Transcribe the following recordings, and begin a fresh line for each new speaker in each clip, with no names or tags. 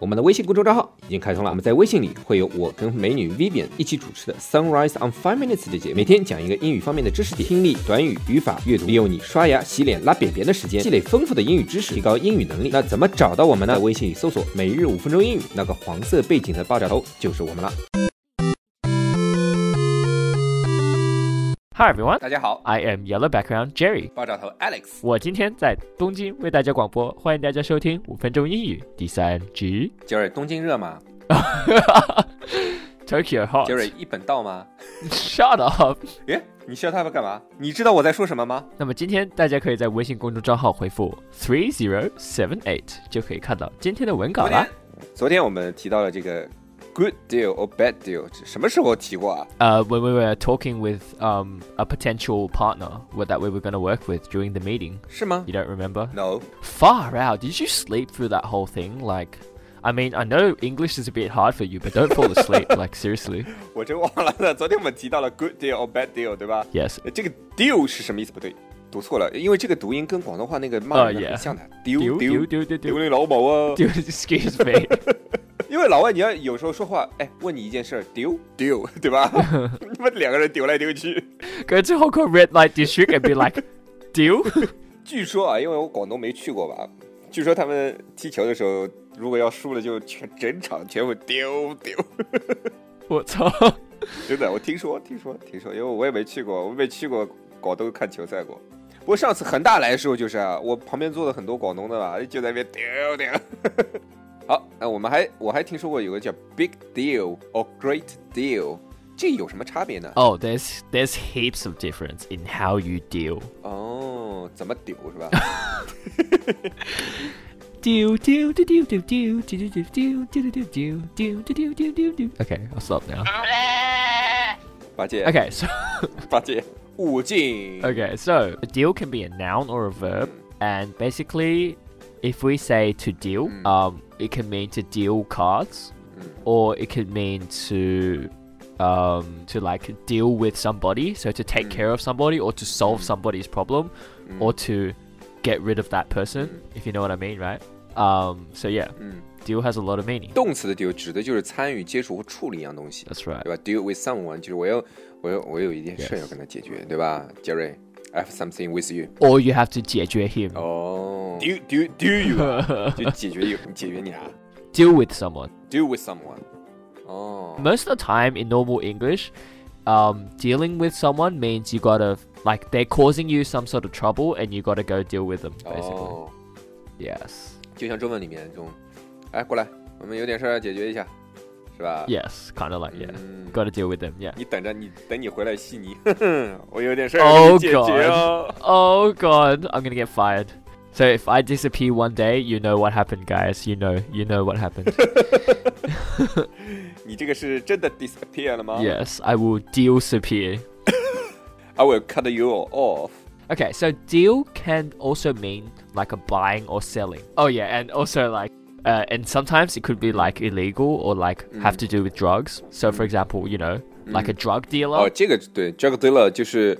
我们的微信公众账号已经开通了，我们在微信里会有我跟美女 Vivian 一起主持的 Sunrise on Five Minutes 的节目，每天讲一个英语方面的知识点，听力、短语、语法、阅读，利用你刷牙、洗脸、拉便便的时间，积累丰富的英语知识，提高英语能力。那怎么找到我们呢？在微信里搜索“每日五分钟英语”，那个黄色背景的爆炸头就是我们了。
Hi everyone,
大家好，
I am Yellow Background Jerry。
爆炸头 Alex。
我今天在东京为大家广播，欢迎大家收听五分钟英语第三集。
杰瑞，东京热吗？
Tokyo Hot。
一本道吗？
，Shut up。
诶，你笑他们干嘛？你知道我在说什么吗？
那么今天大家可以在微信公众账号回复 three zero seven eight 就可以看到今天的文稿啦。
昨天我们提到了这个 good deal or bad deal，这什么时候提过啊？
呃、w h e n we were talking with um a potential partner, what that we were going to work with during the meeting.
是吗
You don't remember?
？No，
Far out. Did you sleep through that whole thing? Like, I mean, I know English is a bit hard for you, but don't fall asleep. like seriously.
我真忘了呢。昨天我们提到了 good deal or bad deal，对吧？
Yes.
呃这个 deal 是什么意思？不对，读错了，因为这个读音跟广东话那个骂人的
yeah
很像的。丢
丢
啊丢
丢丢丢
丢
丢
你老母啊！
丢，excuse me，
因为老外你要有时候说话，哎，问你一件事儿，丢 丢，对吧？你们两个人丢来丢去。
go to Hong Kong red light district and be like，丢，
据说啊，因为我广东没去过吧，据说他们踢球的时候，如果要输了，就全整场全部丢丢。
我操，
真的，我听说，听说，听说，因为我也没去过，我没去过广东看球赛过。不过上次恒大来的时候，就是啊，我旁边坐的很多广东的嘛，就在那边丢 丢。好，那我们还我还听说过有个叫 big deal or great deal，这有什么差别呢？
哦、t h e r e s there's heaps of difference in how you deal，
哦，怎么丢是吧？
丢丢丢丢丢丢丢丢丢丢丢丢丢丢丢丢丢丢，OK，I'll stop now。
八戒
Okay, so
八戒，武进
okay, so a deal can be a noun or a verb, and basically, if we say to deal, um, it can mean to deal cards. or it could mean to um, to like deal with somebody, so to take care of somebody or to solve somebody's problem or to get rid of that person, if you know what I mean, right? Um, so yeah, deal has a lot of meaning.
动词的 deal 指的就是参与、接触或处理一样东西，
That's right.
对吧？Deal with someone 就是我要，我要，我有一件事要跟他解决，对吧？杰瑞，I have something with you。
Or you have to 解决 him,
Oh. 哦，do do do you 啊就解决有解决你啊
deal with someone.
，do with someone。哦，
Most of the time in normal English, um, dealing with someone means you gotta like they're causing you some sort of trouble and you gotta go deal with them. Basically,
哦，
yes,
就像中文里面这种，哎，过来，我们有点事儿要解决一下，是吧？
yes, kind of like yeah,
嗯
gotta deal with them. Yeah.
你等着，你等你回来悉尼， 我有点事儿要给你
Oh
解决哦。
Oh god, I'm gonna get fired. So if I disappear one day, you know what happened, guys. You know, you know what happened.
你这个是真的 disappear 了吗
yes, I will deal disappear.
I will cut you off。
Okay, so deal can also mean like a buying or selling. Oh yeah, and also like, uh, and sometimes it could be like illegal or like have to do with drugs. So for example, you know, like a drug
哦，
dealer.
这个对 drug dealer 就是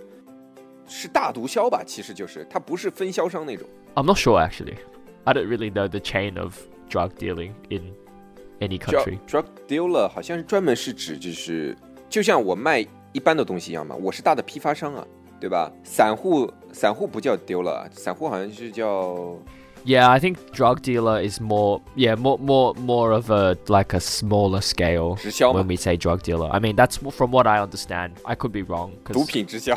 是大毒枭吧？其实就是他不是分销商那种。
I'm not sure actually. I don't really know the chain of drug dealing in any
drug
country.
drug dealer 好像是专门是指就是就像我卖一般的东西一样嘛，我是大的批发商啊，对吧？散户散户不叫 dealer，啊散户好像是叫
Yeah, I think drug dealer is more yeah, more more more of a like a smaller scale
直销
when
嘛，
we say drug dealer. I mean, that's w- from what I understand. I could be wrong
毒
cuz
品直 销。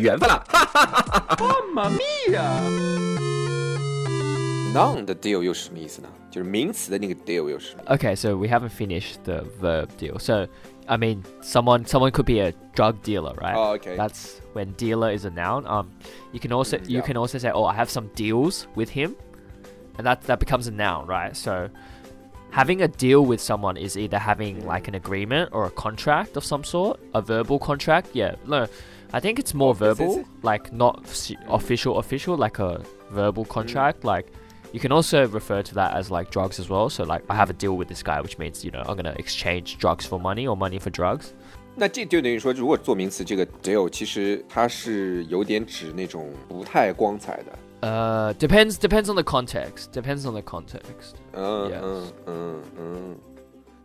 缘分啦。
noun 的 deal 又是什么意思呢？就是名词的那个 deal 又是什么？
Okay, so we haven't finished the verb deal. So, I mean, someone someone could be a drug dealer, right?
Oh, okay.
That's when dealer is a noun. Um, you can also
Mm,
you
yeah.
can also say, oh, I have some deals with him, and that that becomes a noun, right? So, having a deal with someone is either having like an agreement or a contract of some sort, a verbal contract. Yeah, no, I think it's more
Oh, this is
verbal,
it?
like not s- official official, like a verbal
Mm.
contract, like. You can also refer to that as like drugs as well. So like I have a deal with this guy, which means you know I'm gonna exchange drugs for money or money for drugs.
那这就等于说，如果做名词，这个 deal 其实它是有点指那种不太光彩的。
Uh, depends depends on the context. Depends on the context.
嗯
Yes
嗯嗯嗯。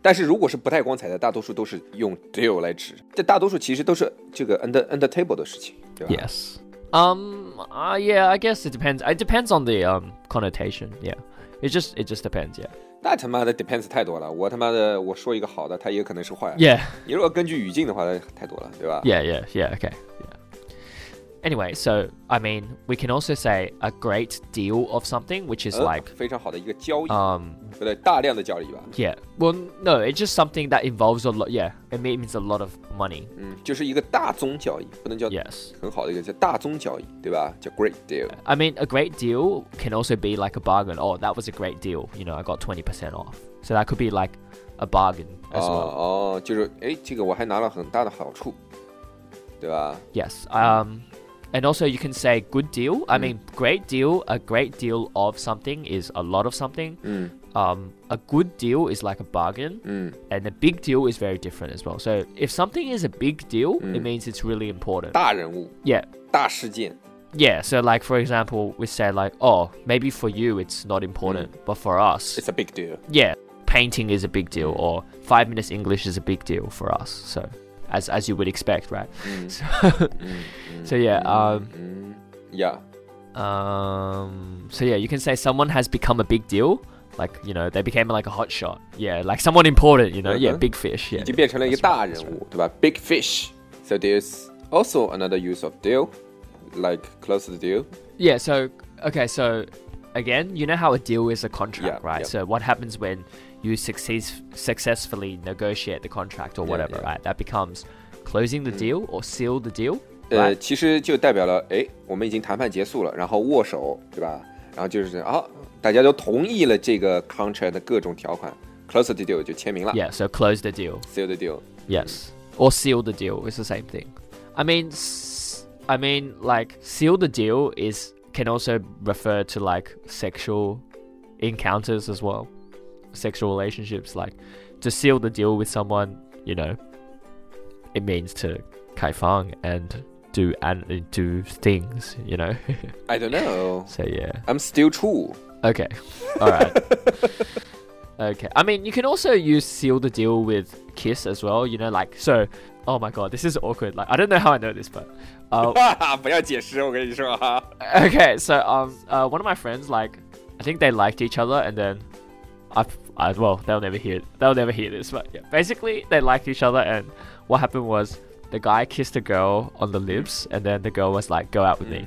但是如果是不太光彩的，大多数都是用 deal 来指，这大多数其实都是这个 under under table 的事情，对吧
Yes. Um. Uh, yeah. I guess it depends. It depends on the um connotation. Yeah. It just it just depends. Yeah.
那他妈的 depends 太多了，我他妈的我说一个好的，它也可能是坏的。
Yeah.
你如果根据语境的话，那太多了，对吧
Yeah. Yeah. Yeah. Okay. Yeah. Anyway, so I mean, we can also say a great deal of something, which is
呃
like
非常好的一个交易，
um
对不对？大量的交易吧，
Yeah. Well, no, it's just something that involves a lot. Yeah, it means a lot of money.
嗯，就是一个大宗交易，不能叫
Yes.
很好的一个叫大宗交易，对吧？叫 great deal。
I mean, a great deal can also be like a bargain. Oh, that was a great deal. You know, I got 20% off. So that could be like a bargain
哦
as well.
哦，就是哎，这个我还拿了很大的好处，对吧？
Yes. Um, and also you can say good deal. I mean, great deal, a great deal of something is a lot of something.
嗯
Um, a good deal is like a bargain.
嗯，
And a big deal is very different as well. So if something is a big deal, it means it's really important.
大人物、
Yeah.
大事件，
Yeah, so like for example, we say like, oh, maybe for you it's not important, but for us,
it's a big deal。
yeah, painting is a big deal, or five minutes English is a big deal for us. So, as as you would expect, right? So, so yeah,
mm,
um,
嗯呀
um, so yeah, you can say someone has become a big deal, like you know they became like a hot shot. Yeah, like someone important, you know. Yeah,
Uh-huh.
big fish.
已
Yeah,
经变成了一个
that's
大
right,
人
that's right.
物，对吧？Big fish。So there's also another use of deal, like close the deal.
Yeah, so okay, so again, you know how a deal is a contract,
Yeah,
right?
yeah.
So what happens when you success successfully negotiate the contract or whatever,
yeah. Mm.
right? That becomes closing the deal or seal the deal.
呃，
Right.
其实就代表了，哎，我们已经谈判结束了，然后握手，对吧？然后就是啊，大家都同意了这个 contract 的各种条款，close the deal 就签名了
Yeah, so close the deal.
seal the deal。
Yes. Or seal the deal. It's the same thing. I mean, s- I mean, like seal the deal is can also refer to like sexual encounters as well, sexual relationships. Like to seal the deal with someone, you know, it means to kaifang and do and do things, you know.
I don't know.
so yeah.
I'm still true.
Okay. All right. okay. I mean, you can also use seal the deal with kiss as well. You know, like so. Oh my god, this is awkward. Like I don't know how I know this, but uh,
哈哈， 不要解释，我跟你说啊。
okay. So um, uh, one of my friends like I think they liked each other, and then I, I well they'll never hear they'll never hear this, but yeah, basically they liked each other, and what happened was the guy kissed a girl on the lips, and then the girl was like, "Go out with me."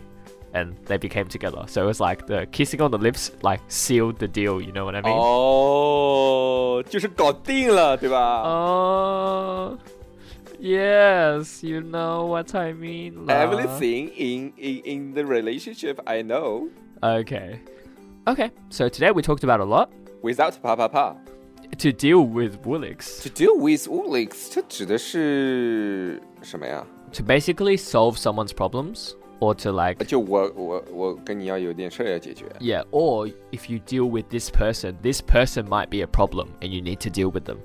And they became together, so it was like the kissing on the lips, like sealed the deal. You know what I mean?
哦，就是搞定了，对
哦
吧
Oh, yes, you know what I mean. lah.
？Everything in in in the relationship I know
Okay. Okay, so today we talked about a lot
without pa pa pa
to deal with Woolix
to do with Ulix，这指的是什么呀？
to basically solve someone's problems or to like.
就我我我跟你要有点事儿要解决。
Yeah, or if you deal with this person, this person might be a problem and you need to deal with them.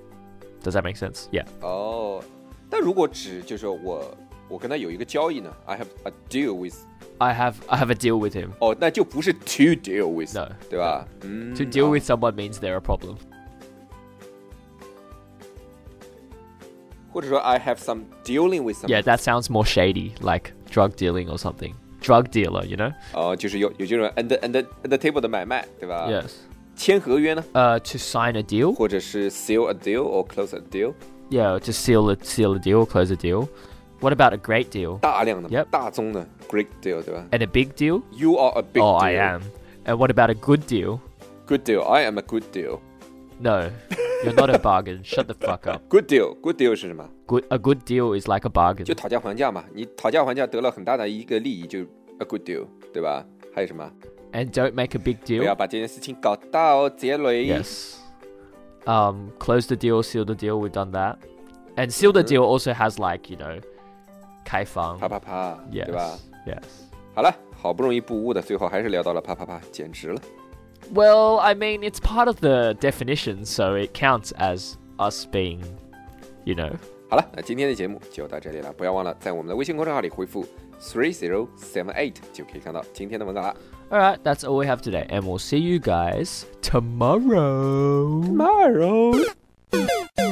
Does that make sense? Yeah.
哦，但如果指就是我我跟他有一个交易呢，I have a deal with，
I have I have a deal with him.
哦，那就不是 to deal with，
No.
对吧？嗯
To deal with someone means they're a problem.
或者说 I have some dealing with some，
Yeah, that sounds more shady, like drug dealing or something. Drug dealer, you know?
哦，就是有有这种 under under under table 的买卖，对吧？
Yes.
签合约呢，
uh, to sign a deal.
或者是 seal a deal or close a deal，
Yeah, to seal a seal a deal, close a deal. What about a great deal
大量的
Yep
大宗的 great deal，对吧
and a big deal?
？You are a big
oh,
deal。
I am. And what about a good deal?
Good deal. I am a good deal.
No, you're not a bargain. Shut the fuck up.
Good deal. Good deal 是什么？
Good a good deal is like a bargain.
就讨价还价嘛。你讨价还价得了很大的一个利益，就 a good deal，对吧？还有什么？
And don't make a big
不
deal.
要把这件事情搞大哦，杰雷。
Yes. Um, close the deal, seal the deal. We've done that. And seal the deal also has like you know, 开放.
啪啪啪，对吧
Yes.？Yes.
好了，好不容易不污的，最后还是聊到了啪啪啪，简直了。
Well, I mean, it's part of the definition, so it counts as us being, you know.
好了，那今天的节目就到这里了，不要忘了在我们的微信公众号里回复 three zero seven eight 就可以看到今天的文稿了。
All right, that's all we have today, and we'll see you guys tomorrow.
Tomorrow。